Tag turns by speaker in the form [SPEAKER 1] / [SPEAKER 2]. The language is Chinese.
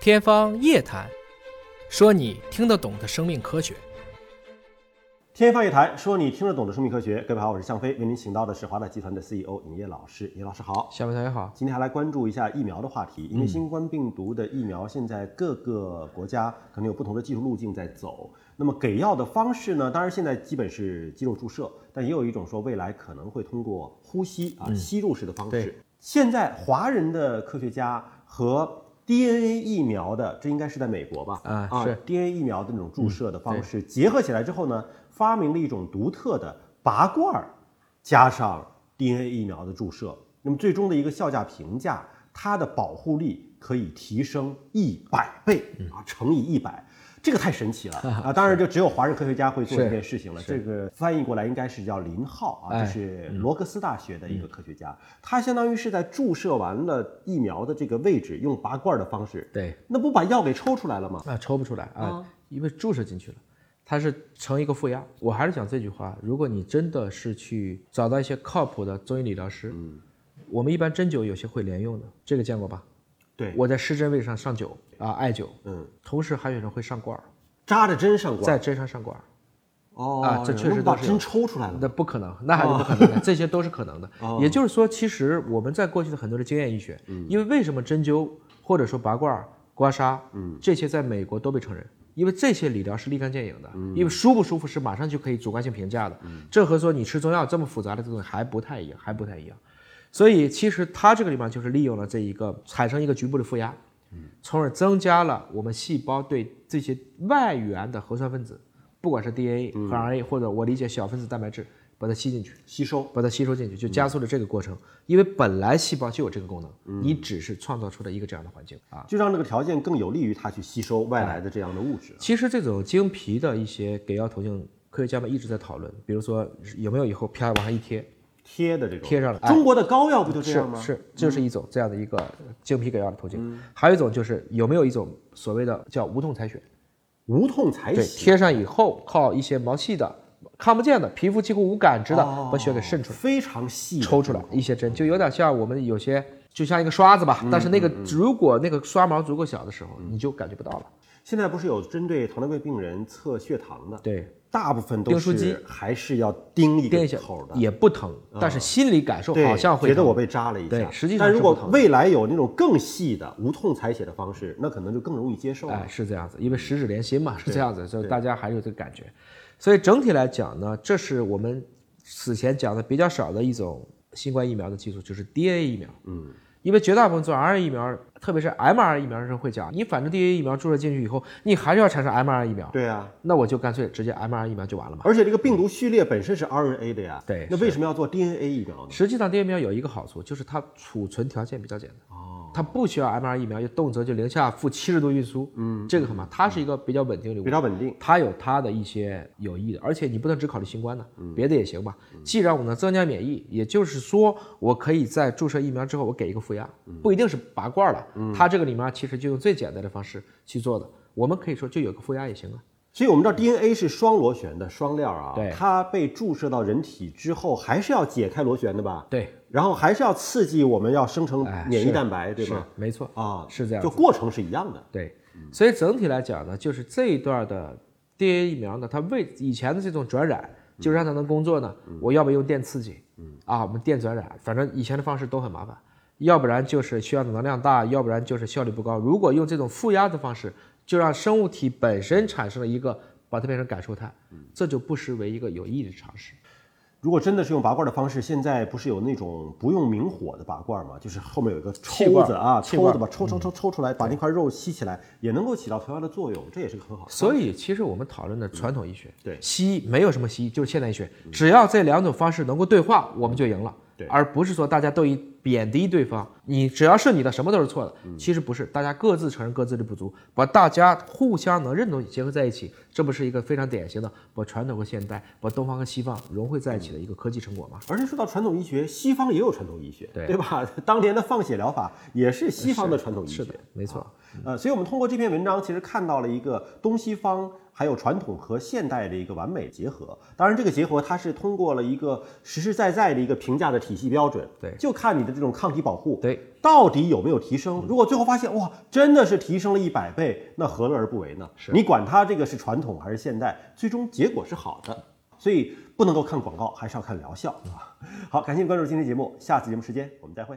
[SPEAKER 1] 天方夜谭，说你听得懂的生命科学。
[SPEAKER 2] 天方夜谭，说你听得懂的生命科学。各位好，我是向飞，为您请到的是华大集团的 CEO 尹烨老师。尹老师好，
[SPEAKER 3] 小朋友好，
[SPEAKER 2] 今天还来关注一下疫苗的话
[SPEAKER 3] 嗯
[SPEAKER 2] 题，因为新冠病毒的疫苗现在各个国家可能有不同的技术路径在走。那么给药的方式呢？当然现在基本是肌肉注射，但也有一种说未来可能会通过呼吸啊吸入式的方式
[SPEAKER 3] 嗯对。
[SPEAKER 2] 现在华人的科学家和 DNA 疫苗的，这应该是在美国吧？
[SPEAKER 3] 啊是
[SPEAKER 2] DNA 疫苗的那种注射的方式、结合起来之后呢，发明了一种独特的拔罐儿加上 DNA 疫苗的注射，那么最终的一个效价评价，它的保护力可以提升一百倍
[SPEAKER 3] 嗯
[SPEAKER 2] 啊，乘以一百。这个太神奇 了啊！当然，就只有华人科学家会做
[SPEAKER 3] 是
[SPEAKER 2] 这件事情了。这个翻译过来应该是叫林浩啊，
[SPEAKER 3] 哎
[SPEAKER 2] 这是罗格斯大学的一个科学家，他相当于是在注射完了疫苗的这个位置，用拔罐儿的方式，
[SPEAKER 3] 对
[SPEAKER 2] 那不把药给抽出来了吗？
[SPEAKER 3] 啊，抽不出来啊，因为注射进去了，它是成一个负压。我还是讲这句话，如果你真的是去找到一些靠谱的中医理疗师，嗯，我们一般针灸有些会连用的，这个见过吧？
[SPEAKER 2] 对，
[SPEAKER 3] 我在施针位上上灸啊，艾灸，
[SPEAKER 2] 嗯，
[SPEAKER 3] 同时还有人会上罐儿，
[SPEAKER 2] 扎着针上罐儿。
[SPEAKER 3] 在针上上罐儿，
[SPEAKER 2] 哦，
[SPEAKER 3] 啊这确实
[SPEAKER 2] 那不把
[SPEAKER 3] 都是
[SPEAKER 2] 针抽出来了吗。哦
[SPEAKER 3] 那不可能，那还是不可能的， 这些都是可能的。也就是说，其实我们在过去的很多的经验医学，
[SPEAKER 2] 嗯
[SPEAKER 3] 因为为什么针灸或者说拔罐儿、刮痧，
[SPEAKER 2] 嗯
[SPEAKER 3] 这些在美国都被承认。因为这些理疗是立竿见影的，
[SPEAKER 2] 嗯
[SPEAKER 3] 因为舒不舒服是马上就可以主观性评价的，这和说你吃中药这么复杂的东西还不太一样，还不太一样。所以其实它这个地方就是利用了这一个产生一个局部的负压，从而增加了我们细胞对这些外源的核酸分子，不管是 DNA 和 RNA，、或者我理解小分子蛋白质，把它吸进去，
[SPEAKER 2] 吸收。
[SPEAKER 3] 把它吸收进去，就加速了这个过程。因为本来细胞就有这个功能，你只是创造出了一个这样的环境啊。
[SPEAKER 2] 就让这个条件更有利于它去吸收外来的这样的物质。
[SPEAKER 3] 其实这种经皮的一些给药途径，科学家们一直在讨论，比如说有没有以后啪往上一贴，
[SPEAKER 2] 贴的这种
[SPEAKER 3] 贴上了哎
[SPEAKER 2] 中国的膏药不就这
[SPEAKER 3] 是
[SPEAKER 2] 样吗？
[SPEAKER 3] 是，这是一种这样的一个经皮给药的途径。还有一种就是有没有一种所谓的叫无痛采血，
[SPEAKER 2] 无痛采
[SPEAKER 3] 对，
[SPEAKER 2] 血，
[SPEAKER 3] 贴上以后靠一些毛细的、看不见的、皮肤几乎无感知的，
[SPEAKER 2] 哦
[SPEAKER 3] 把血给渗出来、
[SPEAKER 2] 非常细的，
[SPEAKER 3] 抽出来一些针，就有点像我们有些就像一个刷子吧，
[SPEAKER 2] 嗯
[SPEAKER 3] 但是那个如果那个刷毛足够小的时候，你就感觉不到了。
[SPEAKER 2] 现在不是有针对糖尿病病人测血糖的？，
[SPEAKER 3] 对，
[SPEAKER 2] 大部分都
[SPEAKER 3] 订书机
[SPEAKER 2] 是还是要钉一
[SPEAKER 3] 电一
[SPEAKER 2] 个
[SPEAKER 3] 下
[SPEAKER 2] 口的，嗯
[SPEAKER 3] 也不疼，但是心理感受
[SPEAKER 2] 对，
[SPEAKER 3] 好像会
[SPEAKER 2] 觉得
[SPEAKER 3] 疼
[SPEAKER 2] 我被扎了一下。
[SPEAKER 3] 对实际上
[SPEAKER 2] 但如
[SPEAKER 3] 是不
[SPEAKER 2] 果
[SPEAKER 3] 疼
[SPEAKER 2] 未来有那种更细的无痛采血的方式，那可能就更容易接受
[SPEAKER 3] 哎
[SPEAKER 2] 了。，
[SPEAKER 3] 是这样子，因为十指连心嘛，是这样子，所以大家还有这个感觉。所以整体来讲呢，这是我们此前讲的比较少的一种新冠疫苗的技术，就是 DNA 疫苗。嗯，因为绝大部分做 RNA 疫苗，特别是 mRNA 疫苗的时候会讲，你反正 DNA 疫苗注射进去以后，你还是要产生 mRNA 疫苗，
[SPEAKER 2] 对啊，
[SPEAKER 3] 那我就干脆直接 mRNA 疫苗就完了嘛。
[SPEAKER 2] 而且这个病毒序列本身是 RNA 的呀，
[SPEAKER 3] 对
[SPEAKER 2] 那为什么要做 DNA 疫苗呢？
[SPEAKER 3] 实际上 DNA 疫苗有一个好处，就是它储存条件比较简单。
[SPEAKER 2] 哦，
[SPEAKER 3] 它不需要 mRNA 疫苗，又动辄就零下负七十度运输，嗯，这个很麻烦，它是一个比较稳定的流
[SPEAKER 2] 比较稳定。
[SPEAKER 3] 它有它的一些有益的，而且你不能只考虑新冠呢，别的也行吧。既然我能增加免疫，也就是说，我可以在注射疫苗之后，我给一个负压，不一定是拔罐儿了，它这个里面其实就用最简单的方式去做的。我们可以说就有个负压也行啊，
[SPEAKER 2] 所以我们知道 DNA 是双螺旋的双链儿啊
[SPEAKER 3] 对，
[SPEAKER 2] 它被注射到人体之后，还是要解开螺旋的吧？
[SPEAKER 3] 对，
[SPEAKER 2] 然后还是要刺激我们要生成
[SPEAKER 3] 哎
[SPEAKER 2] 免疫
[SPEAKER 3] 是
[SPEAKER 2] 蛋白，对
[SPEAKER 3] 是
[SPEAKER 2] 吗？
[SPEAKER 3] 没错，
[SPEAKER 2] 啊，
[SPEAKER 3] 是这样
[SPEAKER 2] 就
[SPEAKER 3] 子
[SPEAKER 2] 过程是一样的。
[SPEAKER 3] 对，所以整体来讲呢，就是这一段的 DNA 疫苗呢，它为以前的这种转染，就是让它能工作呢，我要不用电刺激，啊，我们电转染，反正以前的方式都很麻烦，要不然就是需要能量大，要不然就是效率不高。如果用这种负压的方式，就让生物体本身产生了一个，把它变成感受态，这就不失为一个有意义的尝试。
[SPEAKER 2] 如果真的是用拔罐的方式，现在不是有那种不用明火的拔罐吗？就是后面有一个
[SPEAKER 3] 气
[SPEAKER 2] 抽
[SPEAKER 3] 罐
[SPEAKER 2] 子啊，
[SPEAKER 3] 气
[SPEAKER 2] 抽
[SPEAKER 3] 罐嗯
[SPEAKER 2] 子把抽抽抽抽出来，把那块肉吸起来，也能够起到同样的作用，这也是个很好的。
[SPEAKER 3] 所以，其实我们讨论的传统医学，
[SPEAKER 2] 对
[SPEAKER 3] 西医没有什么西医，就是现代医学，只要这两种方式能够对话，我们就赢了。
[SPEAKER 2] 对
[SPEAKER 3] 而不是说大家都以贬低对方，你只要是你的，什么都是错的。其实不是，大家各自承认各自的不足，把大家互相能认同结合在一起，这不是一个非常典型的把传统和现代、把东方和西方融汇在一起的一个科技成果吗？
[SPEAKER 2] 而且说到传统医学，西方也有传统医学，
[SPEAKER 3] 对
[SPEAKER 2] 吧？当年的放血疗法也是西方的传统医
[SPEAKER 3] 是
[SPEAKER 2] 学
[SPEAKER 3] 的，，没错。
[SPEAKER 2] 呃，所以我们通过这篇文章，其实看到了一个东西方还有传统和现代的一个完美结合。当然，这个结合它是通过了一个实实在在的一个评价的体系标准，
[SPEAKER 3] 对
[SPEAKER 2] 就看你的这种抗体保护，
[SPEAKER 3] 对对，嗯
[SPEAKER 2] 到底有没有提升？如果最后发现哇，真的是提升了一百倍，那何乐而不为呢？
[SPEAKER 3] 是
[SPEAKER 2] 你管它这个是传统还是现代，最终结果是好的，所 以不能够看广告，还是要看疗效啊。好，感谢关注今天节目，下次节目时间我们再会。